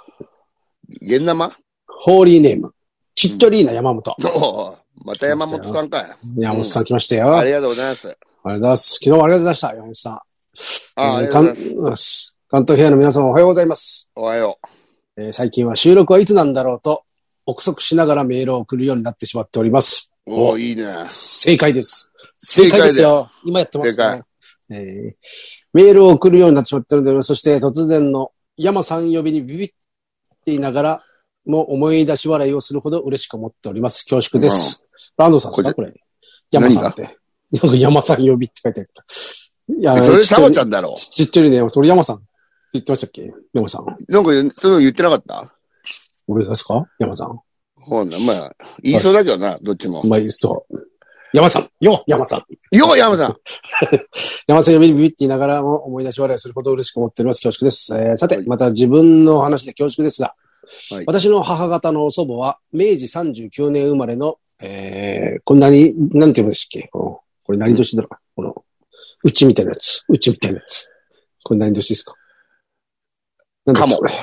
[SPEAKER 2] ゲン生
[SPEAKER 1] ホーリーネーム、チッチョリーナ山本。
[SPEAKER 2] おうまた山本さんかい。
[SPEAKER 1] 山本さん来ましたよ。
[SPEAKER 2] あ
[SPEAKER 1] あり
[SPEAKER 2] りがとうございます。
[SPEAKER 1] がとうございます。昨日はありがとうございました、山本さん。
[SPEAKER 2] ああり
[SPEAKER 1] え
[SPEAKER 2] が
[SPEAKER 1] ー
[SPEAKER 2] とうございます。
[SPEAKER 1] 関関東平野の皆様おはようございます、
[SPEAKER 2] おはよ
[SPEAKER 1] えー最近は収録はいつなんだろうと、憶測しながらメールを送るようになってしまっております。
[SPEAKER 2] う。おおいいね。
[SPEAKER 1] 正解です。
[SPEAKER 2] 正
[SPEAKER 1] 正
[SPEAKER 2] 解
[SPEAKER 1] 解
[SPEAKER 2] だよ
[SPEAKER 1] ですよ。今やってますね。えーメールを送るようになってしまってるので、そして突然の山さん呼びにビビっていながら、も思い出し笑いをするほど嬉しく思っております。恐縮です。ランドさんですかこれ。山さんって。なんか山さん呼びって書いてあった。いや
[SPEAKER 2] それ、サバちゃ
[SPEAKER 1] ん。
[SPEAKER 2] んだろ
[SPEAKER 1] ちっちゃいね、俺山さんって言ってましたっけ山さん。
[SPEAKER 2] なんか、そういうの言ってなかった
[SPEAKER 1] 俺ですか山さん。
[SPEAKER 2] ほんなまあ、言いそうだけどな、どっちも
[SPEAKER 1] う。まい、そう。山さんよ山さん
[SPEAKER 2] よう、山さん。
[SPEAKER 1] 山瀬をビビビって言いながらも思い出し笑いをすることを嬉しく思っております。恐縮です。えーさて、また自分の話で恐縮ですが、
[SPEAKER 2] はい
[SPEAKER 1] 私の母方の祖母は明治39年生まれの、えー、これ何、なんて言うんでしたっけこのこれ何年だろう、この、うちみたいなやつ。うちみたいなやつ。これ何年ですかなんだ
[SPEAKER 2] かも
[SPEAKER 1] これ。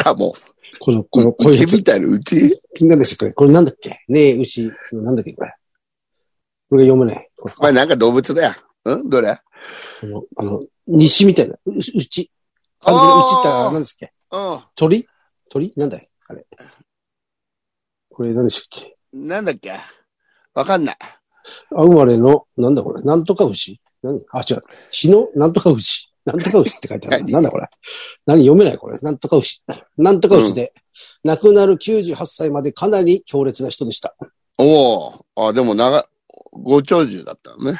[SPEAKER 2] かも。
[SPEAKER 1] この、この、こう
[SPEAKER 2] う
[SPEAKER 1] いうや
[SPEAKER 2] ち
[SPEAKER 1] つ
[SPEAKER 2] み。たいな、うち
[SPEAKER 1] 何でしたっけこれこれなんだっけねえ、牛。なんだっけこれ。これが読めない。これ
[SPEAKER 2] お前なんか動物だよ。うんどれう
[SPEAKER 1] このあの、西みたいな。ううち。感じのうちってあれなんですっけ
[SPEAKER 2] ん。
[SPEAKER 1] 鳥鳥なんだいあれ。これ何でしたっけ
[SPEAKER 2] なんだっけわかんない。
[SPEAKER 1] あ、生まれの、なんだこれなんとか牛何あ、違う。死の、なんとか牛。なんとか牛って書いてある。
[SPEAKER 2] 何
[SPEAKER 1] なんだこれ何読めないこれ。なんとか牛。なんとか牛で、亡くなる98歳までかなり強烈な人でした。
[SPEAKER 2] おおあ、でも長、ご長寿だったのね。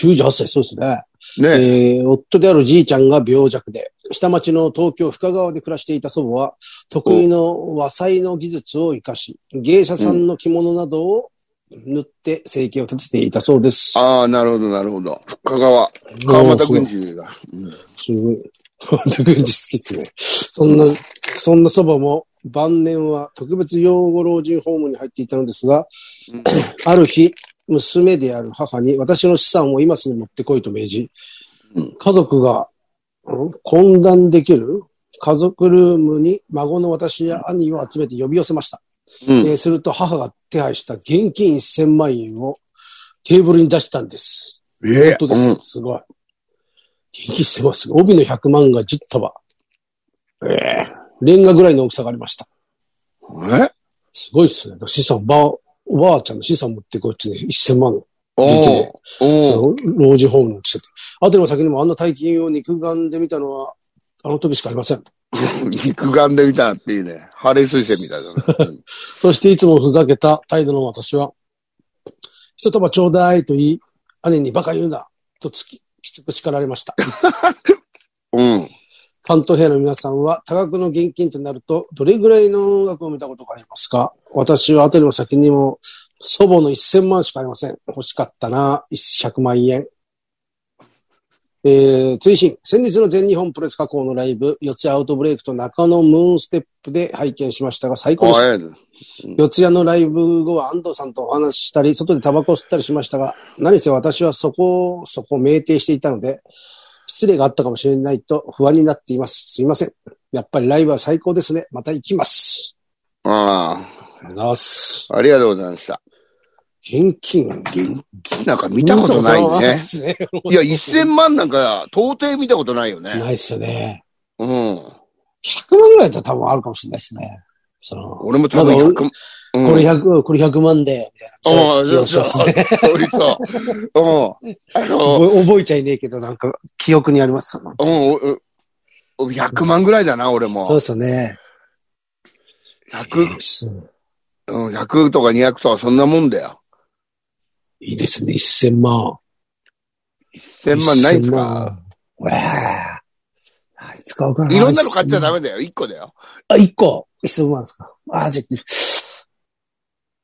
[SPEAKER 1] 98歳、そうですね。
[SPEAKER 2] ね
[SPEAKER 1] えー夫であるじいちゃんが病弱で、下町の東京深川で暮らしていた祖母は、得意の和裁の技術を活かし、芸者さんの着物などを縫って生計を立てていたそうです。
[SPEAKER 2] ああ、なるほど、なるほど。深川。川
[SPEAKER 1] もう
[SPEAKER 2] 又
[SPEAKER 1] すごい
[SPEAKER 2] 軍司が。うん
[SPEAKER 1] すごい。川又軍司好きっすね。そんな、そんな祖母も晩年は特別養護老人ホームに入っていたのですが、
[SPEAKER 2] うん
[SPEAKER 1] ある日、娘である母に私の資産を今すぐ持ってこいと命じ
[SPEAKER 2] うん、
[SPEAKER 1] 家族が、ん懇談できる家族ルームに孫の私や兄を集めて呼び寄せました。
[SPEAKER 2] うん
[SPEAKER 1] えーすると母が手配した現金1000万円をテーブルに出したんです。
[SPEAKER 2] ええ
[SPEAKER 1] 本当です。すごい。現金してますごい。帯の100万が10束。ええレンガぐらいの大きさがありました。
[SPEAKER 2] うんえ
[SPEAKER 1] すごいっすね。だから資産、ばあ、おばあちゃんの資産持ってこいっちね、1000万の。
[SPEAKER 2] おうおう
[SPEAKER 1] その老人ホームの施設。あとにも先にもあんな大金を肉眼で見たのは、あの時しかありません。
[SPEAKER 2] 肉眼で見たっていいね。ハレー彗星みたいだね。
[SPEAKER 1] そしていつもふざけた態度の私は、一束ちょうだいと言い、姉にバカ言うな、とつき、きつく叱られました。
[SPEAKER 2] うん。う ん
[SPEAKER 1] 関東平の皆さんは多額の現金となると、どれぐらいの額を見たことがありますか私は後にも先にも、祖母の1000万しかありません。欲しかったな、100万円。えー、追伸。先日の全日本プレス加工のライブ、四谷アウトブレイクと中野ムーンステップで拝見しましたが、最高でした。
[SPEAKER 2] あえる。
[SPEAKER 1] 四谷のライブ後は安藤さんとお話ししたり、外でタバコを吸ったりしましたが、何せ私はそこそこ酩酊していたので、失礼があったかもしれないと不安になっています。すいません。やっぱりライブは最高ですね。また行きます。
[SPEAKER 2] あ
[SPEAKER 1] ありがとうございます。
[SPEAKER 2] あ、ありがとうございました。
[SPEAKER 1] 現金。
[SPEAKER 2] 現金なんか見たことない
[SPEAKER 1] 見たこと
[SPEAKER 2] ね
[SPEAKER 1] で。すね。
[SPEAKER 2] いや、1000万なんか到底見たことないよね。
[SPEAKER 1] ないっすよね。
[SPEAKER 2] うん。
[SPEAKER 1] 100万ぐらいだったら多分あるかもしれないですね。その、
[SPEAKER 2] 俺も多分
[SPEAKER 1] なん
[SPEAKER 2] 100、うん、
[SPEAKER 1] これ100、これ100万で、みたいな。
[SPEAKER 2] うん、そうそう、そう
[SPEAKER 1] 覚え
[SPEAKER 2] そうそう。うん。あ の、
[SPEAKER 1] 覚えちゃいねえけど、なんか、記憶にあります。
[SPEAKER 2] うん、おお100万ぐらいだな、俺
[SPEAKER 1] そう
[SPEAKER 2] も
[SPEAKER 1] で。すよね。
[SPEAKER 2] 100、
[SPEAKER 1] そう
[SPEAKER 2] うん、100とか200とかそんなもんだよ。
[SPEAKER 1] いいですね、1000万。
[SPEAKER 2] 1000万ないっすか
[SPEAKER 1] うわあ。あいつ買うかな。
[SPEAKER 2] いろんなの買っちゃダ
[SPEAKER 1] メ。
[SPEAKER 2] メだよ。1個だよ。
[SPEAKER 1] あ、1個。1000万ですか。あ、じゃ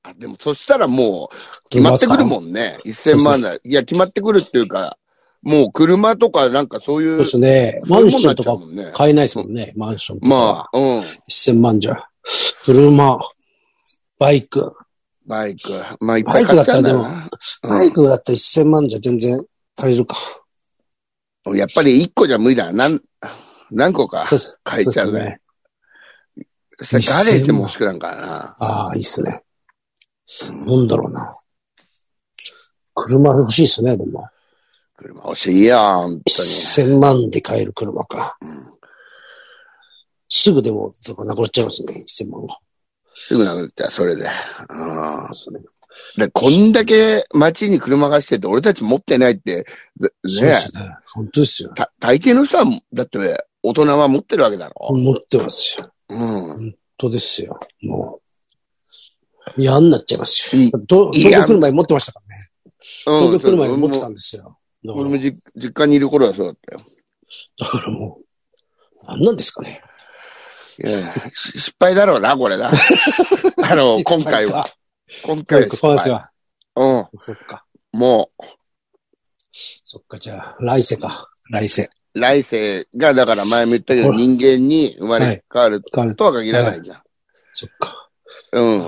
[SPEAKER 1] あ、
[SPEAKER 2] あでも、そしたらもう、決まってくるもんね。1000万だ。いや、決まってくるっていうか、もう車とかなんかそう
[SPEAKER 1] そ
[SPEAKER 2] いうう、
[SPEAKER 1] で
[SPEAKER 2] そ
[SPEAKER 1] すね。
[SPEAKER 2] う
[SPEAKER 1] マ
[SPEAKER 2] いう
[SPEAKER 1] ン
[SPEAKER 2] もんに
[SPEAKER 1] ショ
[SPEAKER 2] なっ
[SPEAKER 1] ンと
[SPEAKER 2] ちゃう
[SPEAKER 1] か
[SPEAKER 2] もんね。
[SPEAKER 1] 買えないですもんね。マンションとか。
[SPEAKER 2] まあ、うん。
[SPEAKER 1] 1000万じゃ。車、バイク。
[SPEAKER 2] バイク。まあ、いっぱい買っちゃうんだよな。
[SPEAKER 1] バイクだったら1000万じゃ全然足りるか。
[SPEAKER 2] うんやっぱり1個じゃ無理だな。なん何個か
[SPEAKER 1] そうです。
[SPEAKER 2] 買えちゃう
[SPEAKER 1] そうです
[SPEAKER 2] ね。。それガレージも欲しくなんからな。
[SPEAKER 1] ああ、いいっすね。なんだろうな。車欲しいっすね、でも。
[SPEAKER 2] 車欲しいよ、本
[SPEAKER 1] 1000万で買える車か。
[SPEAKER 2] 当に。うん
[SPEAKER 1] すぐでも、とかなくなっちゃいますね、1000万は。
[SPEAKER 2] すぐなくなっちゃう、それで。うん。
[SPEAKER 1] そうで
[SPEAKER 2] で、こんだけ街に車がしてて、俺たち持ってないって、
[SPEAKER 1] す
[SPEAKER 2] で
[SPEAKER 1] ね
[SPEAKER 2] ね、。
[SPEAKER 1] 本当ですよ。
[SPEAKER 2] た大抵の人は、だって、大人は持ってるわけだろ。
[SPEAKER 1] 持ってますよ。本
[SPEAKER 2] うん。
[SPEAKER 1] 当ですよ。もう。嫌になっちゃいます
[SPEAKER 2] い
[SPEAKER 1] よ。と東
[SPEAKER 2] 嫌
[SPEAKER 1] 京来る前持ってましたからね。
[SPEAKER 2] うん
[SPEAKER 1] 東京来る前持ってた
[SPEAKER 2] 俺も
[SPEAKER 1] んですよ。だから
[SPEAKER 2] 俺もじ実家にいる頃はそうだったよ。
[SPEAKER 1] だからもう、何なんですかね。
[SPEAKER 2] いやいや、し失敗だろうな、これ な。あの、今回は。。今
[SPEAKER 1] 今
[SPEAKER 2] 回は
[SPEAKER 1] 回は。
[SPEAKER 2] 失
[SPEAKER 1] 今回
[SPEAKER 2] 敗。
[SPEAKER 1] は。
[SPEAKER 2] うん。
[SPEAKER 1] そっか。
[SPEAKER 2] も
[SPEAKER 1] そっか、じゃあ、来世か。来世。
[SPEAKER 2] う、来世が、だから前も言ったけど、
[SPEAKER 1] ほら
[SPEAKER 2] 人間に生まれ変わる
[SPEAKER 1] 変わる
[SPEAKER 2] とは限らないじゃん。
[SPEAKER 1] そっか。
[SPEAKER 2] うん。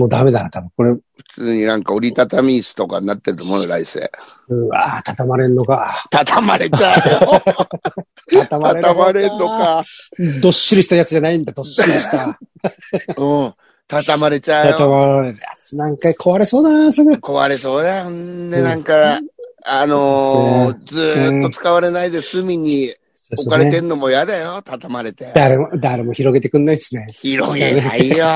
[SPEAKER 1] もうダメだな、多分。これ、
[SPEAKER 2] 普通になんか折りたたみ椅子とかになってると思うよ、来世。
[SPEAKER 1] うわぁ、畳まれんのか。
[SPEAKER 2] 畳まれちゃうよ。
[SPEAKER 1] 畳
[SPEAKER 2] 畳まれんの。か。
[SPEAKER 1] どっしりしたやつじゃないんだ、どっしりした。
[SPEAKER 2] うん。畳まれちゃうよ。
[SPEAKER 1] 畳まれるやつなんか壊れそうだな、すぐ。
[SPEAKER 2] 壊れそうだよ。んで、
[SPEAKER 1] うん
[SPEAKER 2] なんか、あのー、ずーっと使われないで隅に置かれて
[SPEAKER 1] ね
[SPEAKER 2] んのも嫌だよ、畳まれて。
[SPEAKER 1] 誰も、誰も広げてくんないですね。
[SPEAKER 2] 広げない よ。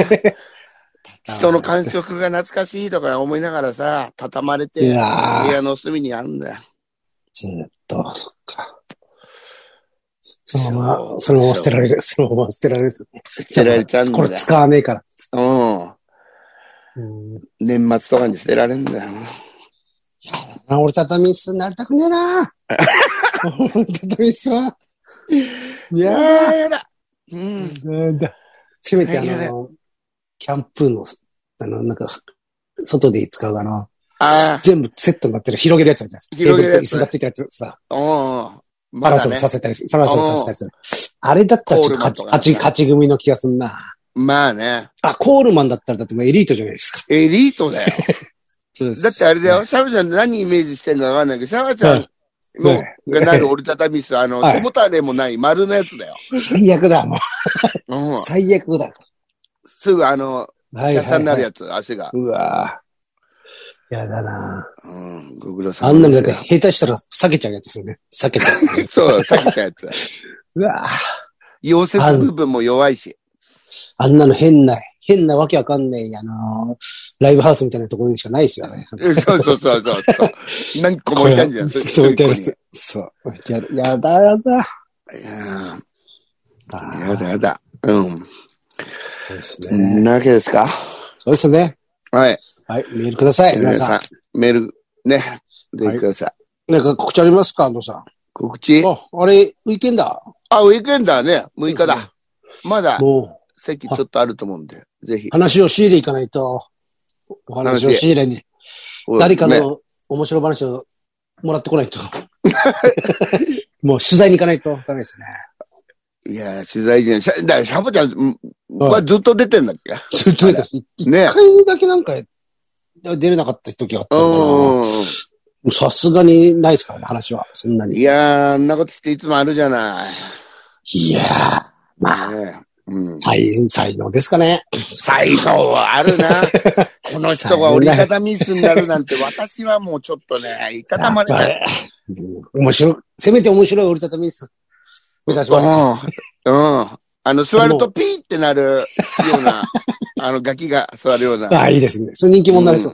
[SPEAKER 2] 人の感触が懐かしいとか思いながらさ、畳まれ
[SPEAKER 1] い
[SPEAKER 2] て、
[SPEAKER 1] や
[SPEAKER 2] 部
[SPEAKER 1] ー
[SPEAKER 2] 屋の隅にあんだよ。
[SPEAKER 1] ずーっと、そっか。そのまま、そのまま捨てられる。そのまま捨てられる。捨
[SPEAKER 2] 捨てられちゃうんだ
[SPEAKER 1] これ
[SPEAKER 2] よ。
[SPEAKER 1] 使わねえから。
[SPEAKER 2] うん。
[SPEAKER 1] うん。
[SPEAKER 2] 年末とかに捨てられんだよ。
[SPEAKER 1] あ俺畳椅子になりたくねえな 俺畳椅子は。い
[SPEAKER 2] い
[SPEAKER 1] やー
[SPEAKER 2] やー、やだ。うん。
[SPEAKER 1] なんだ。せめてあ
[SPEAKER 2] いやいや
[SPEAKER 1] の、キャンプの、あの、なんか、外で使うあの、
[SPEAKER 2] あ
[SPEAKER 1] 全部セットになってる広げるやつあるじゃないですか。
[SPEAKER 2] 広げるやつ
[SPEAKER 1] テーブルと椅子がついたやつさ、
[SPEAKER 2] あ、うん。ま
[SPEAKER 1] パラ
[SPEAKER 2] だ
[SPEAKER 1] ソル
[SPEAKER 2] ね
[SPEAKER 1] さ。せたりする、パラソルさせたりする。あれだったらちょっと勝ち、
[SPEAKER 2] コールマンとか
[SPEAKER 1] 勝ち、勝ち組の気がすんな。
[SPEAKER 2] まあね。
[SPEAKER 1] あ、コールマンだったらだってもうエリートじゃないですか。
[SPEAKER 2] エリートだよ。
[SPEAKER 1] そうで
[SPEAKER 2] だってあれだよ。シャワちゃん何イメージしてんのかわかんないけど、シャワちゃんの、
[SPEAKER 1] はい
[SPEAKER 2] がなる折りたたみ椅子、あの、
[SPEAKER 1] はい
[SPEAKER 2] 背もたれもない丸のやつだよ。
[SPEAKER 1] 最悪だ、も
[SPEAKER 2] う
[SPEAKER 1] う。
[SPEAKER 2] ん。
[SPEAKER 1] 最悪だ。
[SPEAKER 2] すぐあの、
[SPEAKER 1] はい
[SPEAKER 2] キ
[SPEAKER 1] は
[SPEAKER 2] ャ
[SPEAKER 1] い、
[SPEAKER 2] サにな
[SPEAKER 1] は
[SPEAKER 2] る
[SPEAKER 1] い。
[SPEAKER 2] やつ、足が。
[SPEAKER 1] うわぁ。やだなぁ
[SPEAKER 2] うん、ご苦労さ
[SPEAKER 1] あん
[SPEAKER 2] ん
[SPEAKER 1] な
[SPEAKER 2] で
[SPEAKER 1] のだ
[SPEAKER 2] す
[SPEAKER 1] って下手したら避けちゃうやつですよね。避けち ゃう。
[SPEAKER 2] そう、さっきたやつ。
[SPEAKER 1] うわぁ。
[SPEAKER 2] 溶接部分も弱いし。
[SPEAKER 1] あんなの変な、変なわけわかんない、あのーライブハウスみたいなところにしかないですよね。
[SPEAKER 2] そうそうそうそうそう。何個も置いたんじゃん。
[SPEAKER 1] そう、
[SPEAKER 2] そう
[SPEAKER 1] 置いてある
[SPEAKER 2] う
[SPEAKER 1] やつ。そう。置いてある。やだやだ。あー
[SPEAKER 2] やだやだ。うん。
[SPEAKER 1] そうです
[SPEAKER 2] そ
[SPEAKER 1] ね。
[SPEAKER 2] んなわけですか
[SPEAKER 1] そうですね。
[SPEAKER 2] はい。
[SPEAKER 1] はい、メールください。皆
[SPEAKER 2] 皆
[SPEAKER 1] さ
[SPEAKER 2] さ
[SPEAKER 1] ん。
[SPEAKER 2] ん、メール、ね、でください。
[SPEAKER 1] なんか告知ありますか、安藤さん。
[SPEAKER 2] 告知
[SPEAKER 1] あ、あれ、ウィーケンダ
[SPEAKER 2] あ、ウィークエンダーね、6日
[SPEAKER 1] そう
[SPEAKER 2] だ。まだ
[SPEAKER 1] ー。もう、
[SPEAKER 2] 席ちょっとあると思うんで、ぜひ。
[SPEAKER 1] 話を仕入れいかないと、お話を仕入れに、誰か
[SPEAKER 2] ね
[SPEAKER 1] の面白話をもらってこないと。もう取材に行かないとダメです ね。
[SPEAKER 2] いや、取材陣、しゃだからシャボちゃんん
[SPEAKER 1] はい
[SPEAKER 2] はずっと出てんだっけ
[SPEAKER 1] ず っと出たし。
[SPEAKER 2] ね
[SPEAKER 1] 一回だけなんか、出れなかった時があったのか
[SPEAKER 2] う。
[SPEAKER 1] なもうさすがにないですからね、話は。そんなんに。
[SPEAKER 2] いやー、あんなことしていつもあるじゃない。
[SPEAKER 1] いやー、まあ、
[SPEAKER 2] ねうん、
[SPEAKER 1] 才才能ですかね。
[SPEAKER 2] 最後はある な。この人が折り方ミスになるなんて、私はもうちょっとね、いたたまれた。
[SPEAKER 1] うん面白い。せめて面白い折りたたみです。目指します。
[SPEAKER 2] うん。うん。あの、座るとピーってなるよう な、あの、ガキが座るような。
[SPEAKER 1] ああ、いいですね。それ人気者になりそう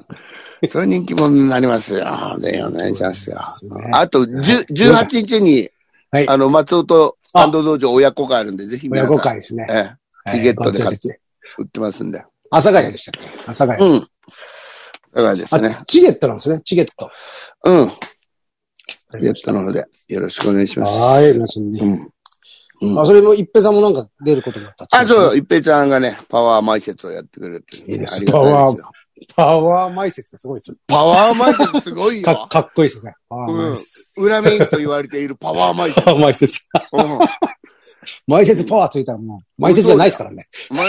[SPEAKER 1] です。
[SPEAKER 2] それ人気者になりますよ。ね、お願いしますよ
[SPEAKER 1] そうです。ね
[SPEAKER 2] あと、10 18日に、
[SPEAKER 1] はい
[SPEAKER 2] あの、松尾と安藤道場親子があるんで、ぜひ皆
[SPEAKER 1] 親
[SPEAKER 2] さん。
[SPEAKER 1] 子会ですね。
[SPEAKER 2] ええ、チ
[SPEAKER 1] はい
[SPEAKER 2] ゲットで買っ
[SPEAKER 1] ごちそうさ
[SPEAKER 2] 売ってますんで。
[SPEAKER 1] ま朝ヶ谷でしたっけ朝ヶ
[SPEAKER 2] う
[SPEAKER 1] 谷。
[SPEAKER 2] ん。だからですね
[SPEAKER 1] あ、。チゲットなんですね。チゲット。
[SPEAKER 2] うん。チゲットの方でよろしくお願いします。
[SPEAKER 1] はい、皆さんに。
[SPEAKER 2] うん。うん
[SPEAKER 1] あ、それも一平さんもなんか出ることになったってい
[SPEAKER 2] あ、
[SPEAKER 1] ですね
[SPEAKER 2] そう、一平ちゃんがね、パワー埋設をやってくれるってう
[SPEAKER 1] いいです
[SPEAKER 2] ありがたいですよ。
[SPEAKER 1] パワー埋設ってすごいです。
[SPEAKER 2] パワー埋設すごい
[SPEAKER 1] か
[SPEAKER 2] よ。
[SPEAKER 1] かっこいいですね。パワー埋設。
[SPEAKER 2] 裏メインと言われているパワー埋設。
[SPEAKER 1] パワー埋設。
[SPEAKER 2] うん。
[SPEAKER 1] 埋設パワーついたらもう、埋設じゃないですからね。
[SPEAKER 2] ま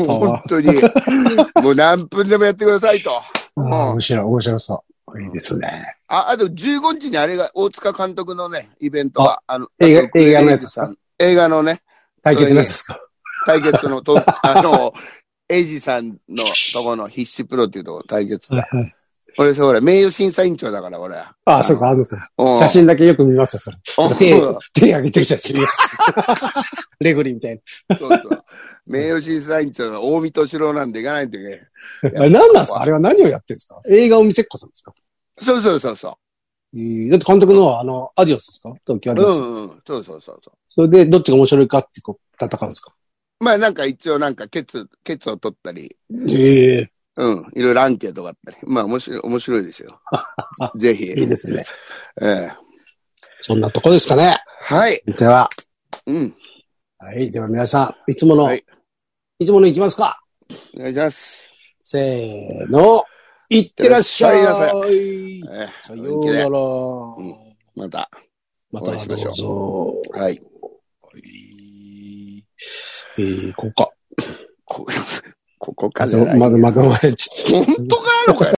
[SPEAKER 2] うん。本当に。もう何分でもやってくださいと。
[SPEAKER 1] うん
[SPEAKER 2] ん
[SPEAKER 1] 面白い、面白そう。いいですね。
[SPEAKER 2] あ、あと15日にあれが、大塚監督のね、イベントが、あの、
[SPEAKER 1] 映画
[SPEAKER 2] あの
[SPEAKER 1] 映画のやつですか
[SPEAKER 2] 映画のね、
[SPEAKER 1] 対決なんですか。
[SPEAKER 2] 対決のと、 あの、エイジさんのとこの必死プロっていうとこ対決だ。俺さ、俺、名誉審査委員長だから、俺。
[SPEAKER 1] あ、そうか、あのさ、
[SPEAKER 2] うん。
[SPEAKER 1] 写真だけよく見ますよ、それ。
[SPEAKER 2] うん。
[SPEAKER 1] 手
[SPEAKER 2] そう、
[SPEAKER 1] 手上げてる写真です。 レグリーみたい
[SPEAKER 2] そう。名誉審査委員長の大見敏郎なんで行かないといけない。
[SPEAKER 1] な。あれ何なんですかあれは何をやってるんですか映画を見せっこさんですか
[SPEAKER 2] そうそうそうそ
[SPEAKER 1] えーだって監督のは、あの、アディオスですか東京ア
[SPEAKER 2] う。
[SPEAKER 1] ディオス。
[SPEAKER 2] うんうん。そうそうそうそう。
[SPEAKER 1] それで、どっちが面白いかってこう、戦うんですか
[SPEAKER 2] まあなんか一応なんかケツ、ケツを取ったり、
[SPEAKER 1] ええ
[SPEAKER 2] うん。いろいろアンケートがあったり。まあ、面白い、面白いです よ。ぜひ。
[SPEAKER 1] いいですね。
[SPEAKER 2] ええ
[SPEAKER 1] そんなとこですかね。
[SPEAKER 2] はい。
[SPEAKER 1] では、
[SPEAKER 2] うん。
[SPEAKER 1] はい、では皆さん、いつもの、
[SPEAKER 2] はいい、
[SPEAKER 1] つもの行きますか
[SPEAKER 2] お願いします。
[SPEAKER 1] せーの、いってらっしゃい。
[SPEAKER 2] いってらっしゃええ
[SPEAKER 1] さようなら。
[SPEAKER 2] んまた。
[SPEAKER 1] ま
[SPEAKER 2] お会い
[SPEAKER 1] た
[SPEAKER 2] し
[SPEAKER 1] ど
[SPEAKER 2] ましょ
[SPEAKER 1] う
[SPEAKER 2] う
[SPEAKER 1] ぞ。
[SPEAKER 2] はい。
[SPEAKER 1] はいえー、こうか。
[SPEAKER 2] こ、ここか
[SPEAKER 1] ま
[SPEAKER 2] じ
[SPEAKER 1] た
[SPEAKER 2] ゃない。
[SPEAKER 1] まだまだお前、ちょっと
[SPEAKER 2] 本当かよ、これ。